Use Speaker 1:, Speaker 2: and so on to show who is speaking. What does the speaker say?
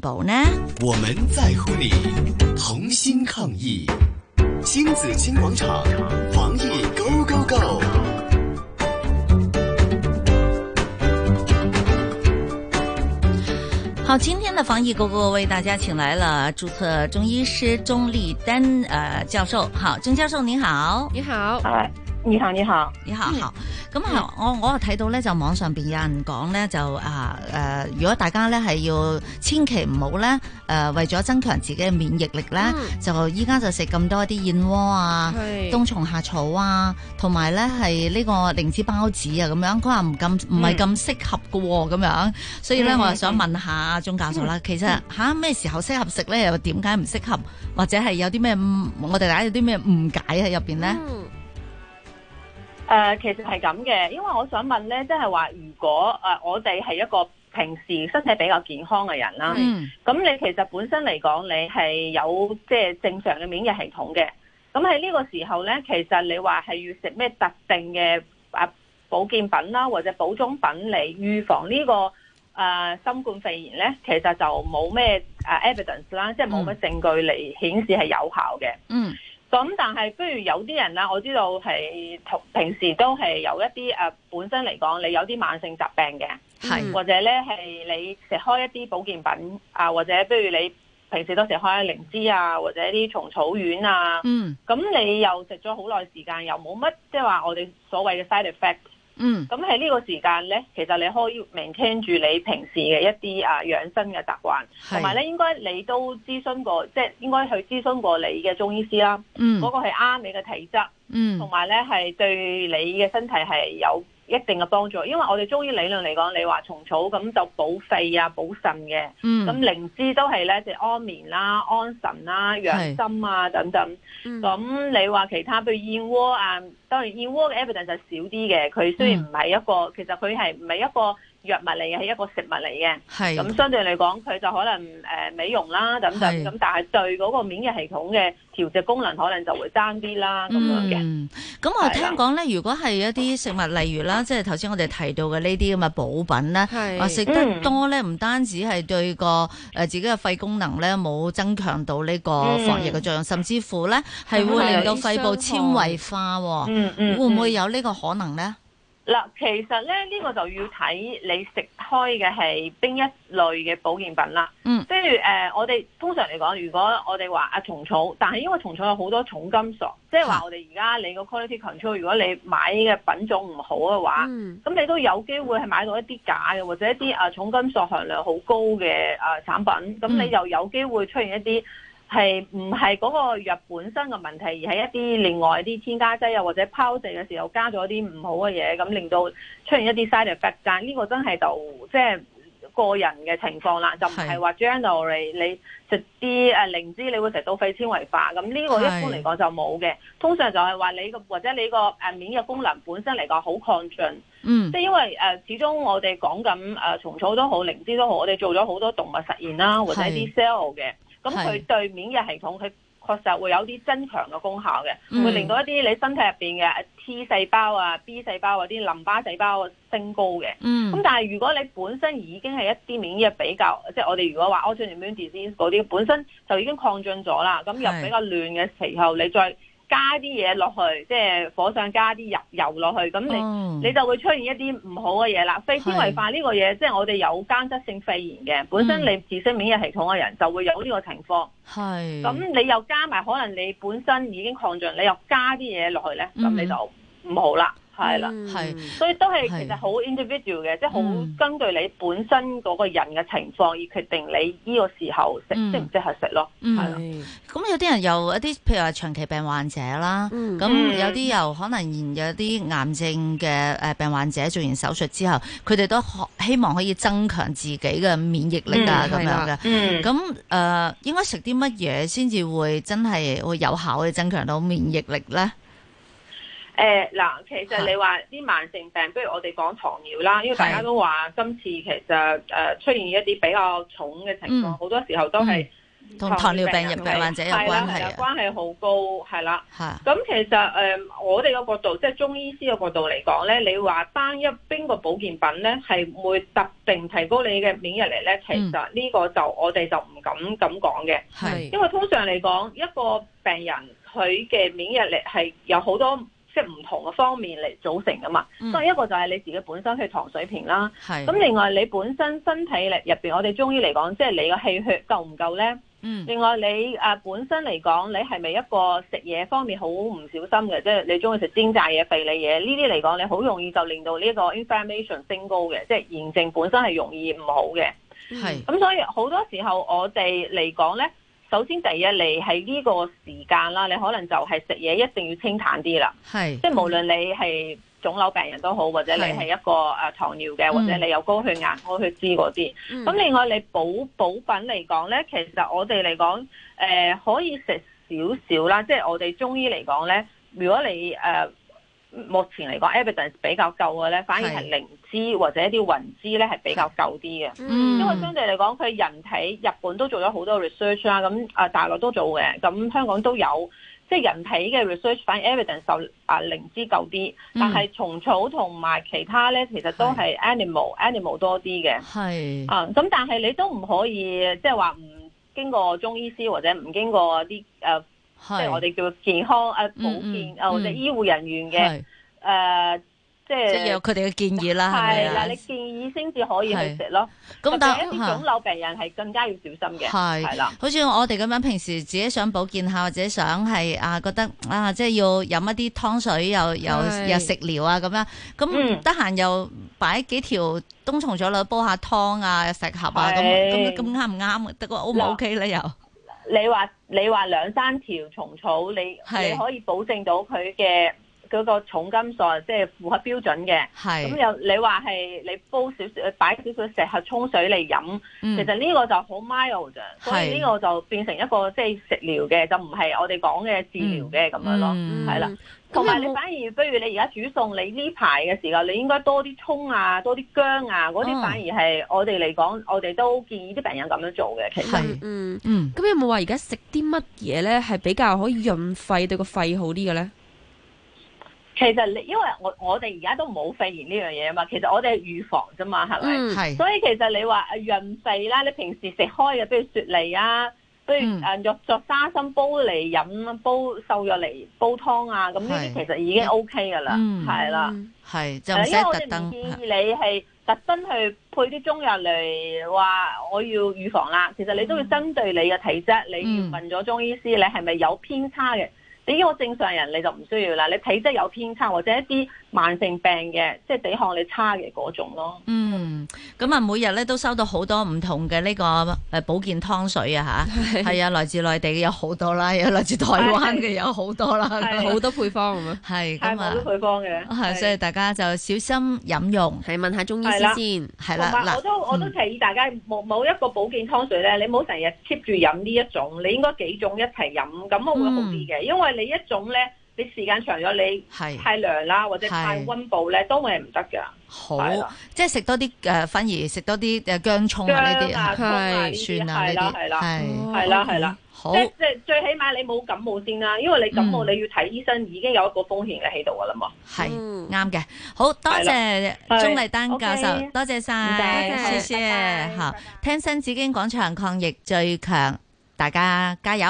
Speaker 1: 保呢？
Speaker 2: 我们在乎你，同心抗疫。星子金广场，防疫 Go Go Go！
Speaker 1: 好，今天的防疫 Go Go 为大家请来了注册中医师钟丽丹呃教授。好，钟教授您好，
Speaker 3: 你好，
Speaker 4: 啊，你好，你好，
Speaker 1: 你好好。咁啊，我我又睇到咧就網上邊有人講咧就啊誒、呃如果大家咧係要千祈唔好咧誒為咗增強自己嘅免疫力咧，
Speaker 3: 嗯
Speaker 1: 就依家就食咁多啲燕窩啊。
Speaker 3: 係
Speaker 1: 冬蟲夏草啊，同埋咧係呢個靈芝包子啊，咁樣佢話唔咁唔係咁適合嘅喎，咁樣，所以咧
Speaker 4: 嗯
Speaker 1: 我又想問下鐘教授啦，其實嚇咩時候適合食咧，又點解唔適合，或者係有啲咩誤我哋大家有啲咩誤解喺入邊咧？
Speaker 3: 嗯
Speaker 4: 誒、呃其實係咁嘅，因為我想問咧，即係話如果誒、呃我哋係一個平時身體比較健康嘅人啦，
Speaker 1: 嗯
Speaker 4: 咁你其實本身嚟講，你係有即係正常嘅免疫系統嘅。咁喺呢個時候咧，其實你話係要食咩特定嘅啊保健品啦，或者補充品嚟預防呢、個啊新冠肺炎咧，其實就冇咩啊 evidence 啦，即係冇乜證據嚟顯示係有效嘅。
Speaker 1: 嗯
Speaker 4: 咁但係，不如有啲人啦，我知道係同平時都係有一啲誒、呃本身嚟講你有啲慢性疾病嘅，
Speaker 1: 係
Speaker 4: 或者咧係你食開一啲保健品啊，或者不如你平時都食開靈芝啊，或者啲蟲草丸啊，
Speaker 1: 嗯
Speaker 4: 咁你又食咗好耐時間，又冇乜即係話我哋所謂嘅 side effect。
Speaker 1: 嗯
Speaker 4: 咁喺呢個時間咧，其實你可以 maintain 住你平時嘅一啲啊養生嘅習慣，同埋
Speaker 1: 係
Speaker 4: 咧應該你都諮詢過，即係應該去諮詢過你嘅中醫師啦。
Speaker 1: 嗯
Speaker 4: 嗰個係啱你嘅體質，
Speaker 1: 嗯
Speaker 4: 同埋咧係對你嘅身體係有一定嘅幫助。因為我哋中醫理論嚟講，你話蟲草咁就補肺啊、補腎嘅，咁
Speaker 1: 嗯
Speaker 4: 靈芝都係咧就安眠啦、安神啦、養心啊等等。
Speaker 3: 嗯
Speaker 4: 咁你話其他譬如燕窩啊，當然燕窩嘅 evidence 就少啲嘅，佢雖然唔係一個，其實佢係唔係一個藥物嚟嘅，係一個食物嚟嘅。
Speaker 1: 係
Speaker 4: 咁相對嚟講，佢就可能誒、呃美容啦等等，
Speaker 1: 係
Speaker 4: 咁但係對嗰個免疫系統嘅調節功能可能就會爭啲啦咁樣嘅。
Speaker 1: 嗯，咁我
Speaker 4: 係啦
Speaker 1: 聽講咧，如果係一啲食物，例如啦，即係頭先我哋提到嘅呢啲咁嘅補品咧。
Speaker 3: 係
Speaker 1: 啊，食
Speaker 4: 嗯
Speaker 1: 得多咧，唔單止係對個誒自己嘅肺功能咧冇增強到呢個
Speaker 4: 嗯
Speaker 1: 防疫嘅作用，甚至乎咧係會
Speaker 4: 啊
Speaker 1: 令到肺部纖維化喎，
Speaker 4: 嗯嗯，
Speaker 1: 會唔會
Speaker 4: 嗯
Speaker 1: 有呢個可能咧？
Speaker 4: 嗱？其實咧呢、個就要睇你食開嘅係邊一類嘅保健品啦。
Speaker 1: 嗯
Speaker 4: 即係誒、呃我哋通常嚟講，如果我哋話啊蟲草，但係因為蟲草有好多重金屬，即係話
Speaker 1: 嚇
Speaker 4: 我哋而家你個 quality control，如果你買嘅品種唔好嘅話。
Speaker 3: 嗯
Speaker 4: 咁你都有機會係買到一啲假嘅，或者一啲啊重金屬含量好高嘅啊產品，咁
Speaker 1: 嗯
Speaker 4: 你又有機會出現一啲係唔係嗰個藥本身嘅問題，而係一啲另外一啲添加劑啊又或者拋製嘅時候加咗一啲唔好嘅嘢，咁令到出現一啲 side effect。但呢個真係就即係個人嘅情況啦，就唔
Speaker 1: 係
Speaker 4: 係話 generally 你食啲誒靈芝，你會食到肺纖維化，咁呢個一般嚟講就冇嘅。通常就係話你個或者你個誒免疫功能本身嚟講好亢進。
Speaker 1: 嗯
Speaker 4: 即係因為誒、呃始終我哋講緊誒蟲草都好，靈芝都好，我哋做咗好多動物實驗啦，或者
Speaker 1: 係
Speaker 4: 啲 cell 嘅，咁
Speaker 1: 係
Speaker 4: 佢對免疫系統佢確實會有啲增強嘅功效嘅，
Speaker 1: 嗯
Speaker 4: 會令到一啲你身體入邊嘅 T 細胞啊、B 細胞啊、啲淋巴細胞啊升高嘅。咁
Speaker 1: 嗯
Speaker 4: 但係如果你本身已經係一啲免疫比較，即係我哋如果話 autoimmune disease 嗰啲本身就已經擴進咗啦，咁又
Speaker 1: 係
Speaker 4: 比較亂嘅時候，你再加啲嘢落去，即係火上加啲油油落去，咁你。
Speaker 1: 哦
Speaker 4: 你就會出現一啲唔好嘅嘢啦。肺纖維化呢個嘢，即係我哋有間質性肺炎嘅，本
Speaker 1: 嗯
Speaker 4: 身你自身免疫系統嘅人就會有呢個情況。
Speaker 1: 係
Speaker 4: 咁、你又加埋可能你本身已經抗進，你又加啲嘢落去咧，咁
Speaker 1: 嗯
Speaker 4: 你就唔好啦，係啦。
Speaker 1: 係
Speaker 4: 所以都係
Speaker 1: 係
Speaker 4: 其實好 individual 嘅，即係好
Speaker 1: 嗯
Speaker 4: 根據你本身嗰個人嘅情況而決定你呢個時候食
Speaker 1: 嗯
Speaker 4: 適唔適合食咯。係啦
Speaker 1: 嗯，咁有啲人又一啲譬如話長期病患者啦。
Speaker 3: 嗯
Speaker 1: 咁
Speaker 4: 嗯
Speaker 1: 有啲又可能有啲癌症嘅誒病患者做完手術之後，佢哋都可希望可以增強自己嘅免疫力啊
Speaker 4: 嗯
Speaker 1: 咁
Speaker 3: 係
Speaker 1: 樣
Speaker 3: 啦
Speaker 1: 嘅。
Speaker 4: 嗯
Speaker 1: 咁誒、呃，應該食啲乜嘢先至會真係會有效去增強到免疫力咧？
Speaker 4: 誒呃嗱、其實你話啲慢性病，不如我哋講糖尿啦，因為大家都話今次其實誒、呃出現一啲比較重嘅情況，
Speaker 1: 嗯
Speaker 4: 好、多時候都係
Speaker 1: 同糖尿病入病患者有關係
Speaker 4: 係啦
Speaker 1: 啊，
Speaker 4: 關係好高，係啦。
Speaker 1: 嚇
Speaker 4: 咁其實誒、呃我哋個角度，即係中醫師嘅角度嚟講咧，你話單一邊個保健品咧係會特定提高你嘅免疫力咧，其實呢個就我哋就唔敢咁講嘅，
Speaker 1: 係
Speaker 4: 因為通常嚟講，一個病人佢嘅免疫力係有好多即係唔同嘅方面嚟組成噶嘛。
Speaker 1: 嗯
Speaker 4: 當然一個就係你自己本身血糖水平啦，
Speaker 1: 係
Speaker 4: 咁另外你本身身體力入邊，我哋中醫嚟講，即係你個氣血夠唔夠咧？
Speaker 1: 嗯
Speaker 4: 另外你啊本身嚟講，你係咪一個食嘢方面好唔小心嘅？即係你中意食煎炸嘢、肥膩嘢呢啲嚟講，你好容易就令到呢個 inflammation 升高嘅，即係炎症本身係容易唔好嘅。
Speaker 1: 係
Speaker 4: 咁所以好多時候我哋嚟講咧，首先第一你係呢個時間啦，你可能就係食嘢一定要清淡啲啦。
Speaker 1: 係
Speaker 4: 即係無論你係腫瘤病人都好，或者你
Speaker 1: 係
Speaker 4: 嗯係一個誒糖尿嘅，或者你有高血壓、高血脂嗰啲。
Speaker 3: 嗯
Speaker 4: 咁另外你補補品嚟講咧，其實我哋嚟講誒可以食少少啦，即係我哋中醫嚟講咧，如果你誒、呃目前嚟講 evidence 比較夠嘅咧，反而係
Speaker 1: 係
Speaker 4: 靈芝或者一啲雲芝咧係比較夠啲嘅。
Speaker 1: 嗯
Speaker 4: 因為相對嚟講，佢人體日本都做咗好多 research 啦，咁啊大陸都做嘅，咁香港都有，即係人體嘅 research 反而 evidence 就啊靈芝夠啲，
Speaker 1: 嗯
Speaker 4: 但係蟲草同埋其他咧，其實都係 animal animal 多啲嘅，
Speaker 1: 係
Speaker 4: 啊咁但係你都唔可以即係話唔經過中醫師或者唔經過啲誒、呃即係我
Speaker 1: 係
Speaker 4: 哋叫健康啊保
Speaker 1: 嗯嗯
Speaker 4: 健啊或者
Speaker 1: 嗯
Speaker 4: 醫護人員嘅誒、
Speaker 1: 係
Speaker 4: 呃即
Speaker 1: 即係有佢
Speaker 4: 係
Speaker 1: 哋嘅建議啦，係
Speaker 4: 係
Speaker 1: 咪
Speaker 4: 啦，
Speaker 1: 啊
Speaker 4: 你？建議先至可以去
Speaker 1: 係
Speaker 4: 食咯。
Speaker 1: 咁
Speaker 4: 特別
Speaker 1: 但
Speaker 4: 一啲腫瘤病人係更加要小心嘅，
Speaker 1: 係
Speaker 4: 係啦，
Speaker 1: 好似我哋咁樣，平時自己想保健下，或者想係啊覺得啊，即係要飲一啲湯水，又又
Speaker 3: 係
Speaker 1: 又食療啊咁樣。咁
Speaker 4: 嗯
Speaker 1: 得閒又擺幾條冬蟲草類煲下湯啊，石盒啊，咁咁
Speaker 4: 係
Speaker 1: 咁啱唔啱？得個 O 唔 OK 咧？又
Speaker 4: 你話你話兩三條蟲草，你
Speaker 1: 係
Speaker 4: 你可以保證到佢嘅嗰個重金屬，即係符合標準嘅。咁
Speaker 1: 係，
Speaker 4: 又你話係你煲少少，擺少少石核沖水嚟飲，其
Speaker 1: 嗯
Speaker 4: 實呢個就好 mild 啫，所以
Speaker 1: 係
Speaker 4: 呢個就變成一個即係食療嘅，就唔係我哋講嘅治療嘅咁樣咯。
Speaker 1: 嗯
Speaker 4: 係啦。同埋你反而，不如你而家煮餸，你呢排嘅時候，你應該多啲葱啊，多啲薑啊，嗰
Speaker 1: 哦
Speaker 4: 啲反而係我哋嚟講，我哋都建議啲病人咁樣做嘅。其實
Speaker 1: 係
Speaker 3: 嗯嗯，
Speaker 1: 嗯，
Speaker 3: 咁有冇話而家食啲乜嘢咧係比較可以潤肺對個肺好啲嘅咧？
Speaker 4: 其實你因為我我哋而家都冇肺炎呢樣嘢啊嘛，其實我哋係預防啫嘛，係咪？
Speaker 3: 嗯
Speaker 1: 係
Speaker 4: 所以其實你話啊潤肺啦，你平時食開嘅，比如雪梨啊，比如
Speaker 1: 嗯
Speaker 4: 誒藥作沙參煲嚟飲，煲瘦藥嚟煲湯啊，咁呢
Speaker 1: 係
Speaker 4: 啲其實已經 OK 噶啦，
Speaker 1: 嗯
Speaker 4: 係啦。
Speaker 3: 嗯
Speaker 1: 係就
Speaker 4: 誒
Speaker 1: 唔
Speaker 4: 啊因
Speaker 1: 使
Speaker 4: 為我
Speaker 1: 特
Speaker 4: 哋唔
Speaker 1: 登
Speaker 4: 建議你係特登去配啲中藥嚟話我要預防啦。其實你都要針對你嘅體質，你
Speaker 1: 嗯
Speaker 4: 要問咗中醫師你係咪有偏差嘅。你呢個正常人你就唔需要啦。你體質有偏差或者一啲慢性病嘅，即係抵抗力差嘅嗰種咯。
Speaker 1: 嗯，咁啊，每日咧都收到好多唔同嘅呢個誒保健湯水啊吓， 係啊，來自內地嘅有好多啦，有來自台灣嘅有好多啦，
Speaker 4: 係
Speaker 3: 好多配方咁啊！
Speaker 1: 係
Speaker 4: 係
Speaker 1: 咁
Speaker 4: 冇
Speaker 1: 啊
Speaker 4: 咗，配方嘅。
Speaker 1: 係所以大家就小心飲用，
Speaker 3: 係問下中醫
Speaker 4: 係
Speaker 3: 師
Speaker 4: 啦
Speaker 1: 係
Speaker 3: 先。
Speaker 4: 同
Speaker 1: 啦
Speaker 4: 埋我
Speaker 1: 嗱，嗯
Speaker 4: 都我都提議大家冇冇一個保健湯水咧，你唔好成日 keep 住飲呢一種，你應該幾種一齊飲，咁我會好
Speaker 1: 嗯
Speaker 4: 啲嘅。因為你一種咧，你時間長咗你。
Speaker 1: 係
Speaker 4: 太涼啦，或者太
Speaker 1: 嗯係
Speaker 4: 温補咧，都係唔得㗎。
Speaker 1: 好，
Speaker 4: 係啦
Speaker 1: 即係食多啲誒，反而食多啲誒薑葱啊呢
Speaker 4: 薑啊、
Speaker 1: 啲
Speaker 4: 葱啊呢
Speaker 3: 係
Speaker 4: 啲，
Speaker 1: 係蒜啊呢
Speaker 4: 係啦係
Speaker 1: 啲，
Speaker 4: 啦，
Speaker 1: 係
Speaker 3: 哦
Speaker 4: 係啦係啦，
Speaker 1: 好
Speaker 4: 即即最起碼你冇感冒先啦，因為你感冒
Speaker 1: 嗯
Speaker 4: 你要睇醫生已經有一個風險嘅喺度㗎啦嘛。
Speaker 1: 係
Speaker 3: 嗯
Speaker 1: 啱嘅，好多謝
Speaker 4: 係
Speaker 1: 鍾麗丹教授，
Speaker 4: OK
Speaker 1: 多謝晒，
Speaker 4: 唔
Speaker 1: 謝
Speaker 4: 該
Speaker 1: 謝，
Speaker 4: 拜拜
Speaker 1: 好
Speaker 4: 拜拜，
Speaker 1: 聽新紫荊廣場抗疫最強，大家加油！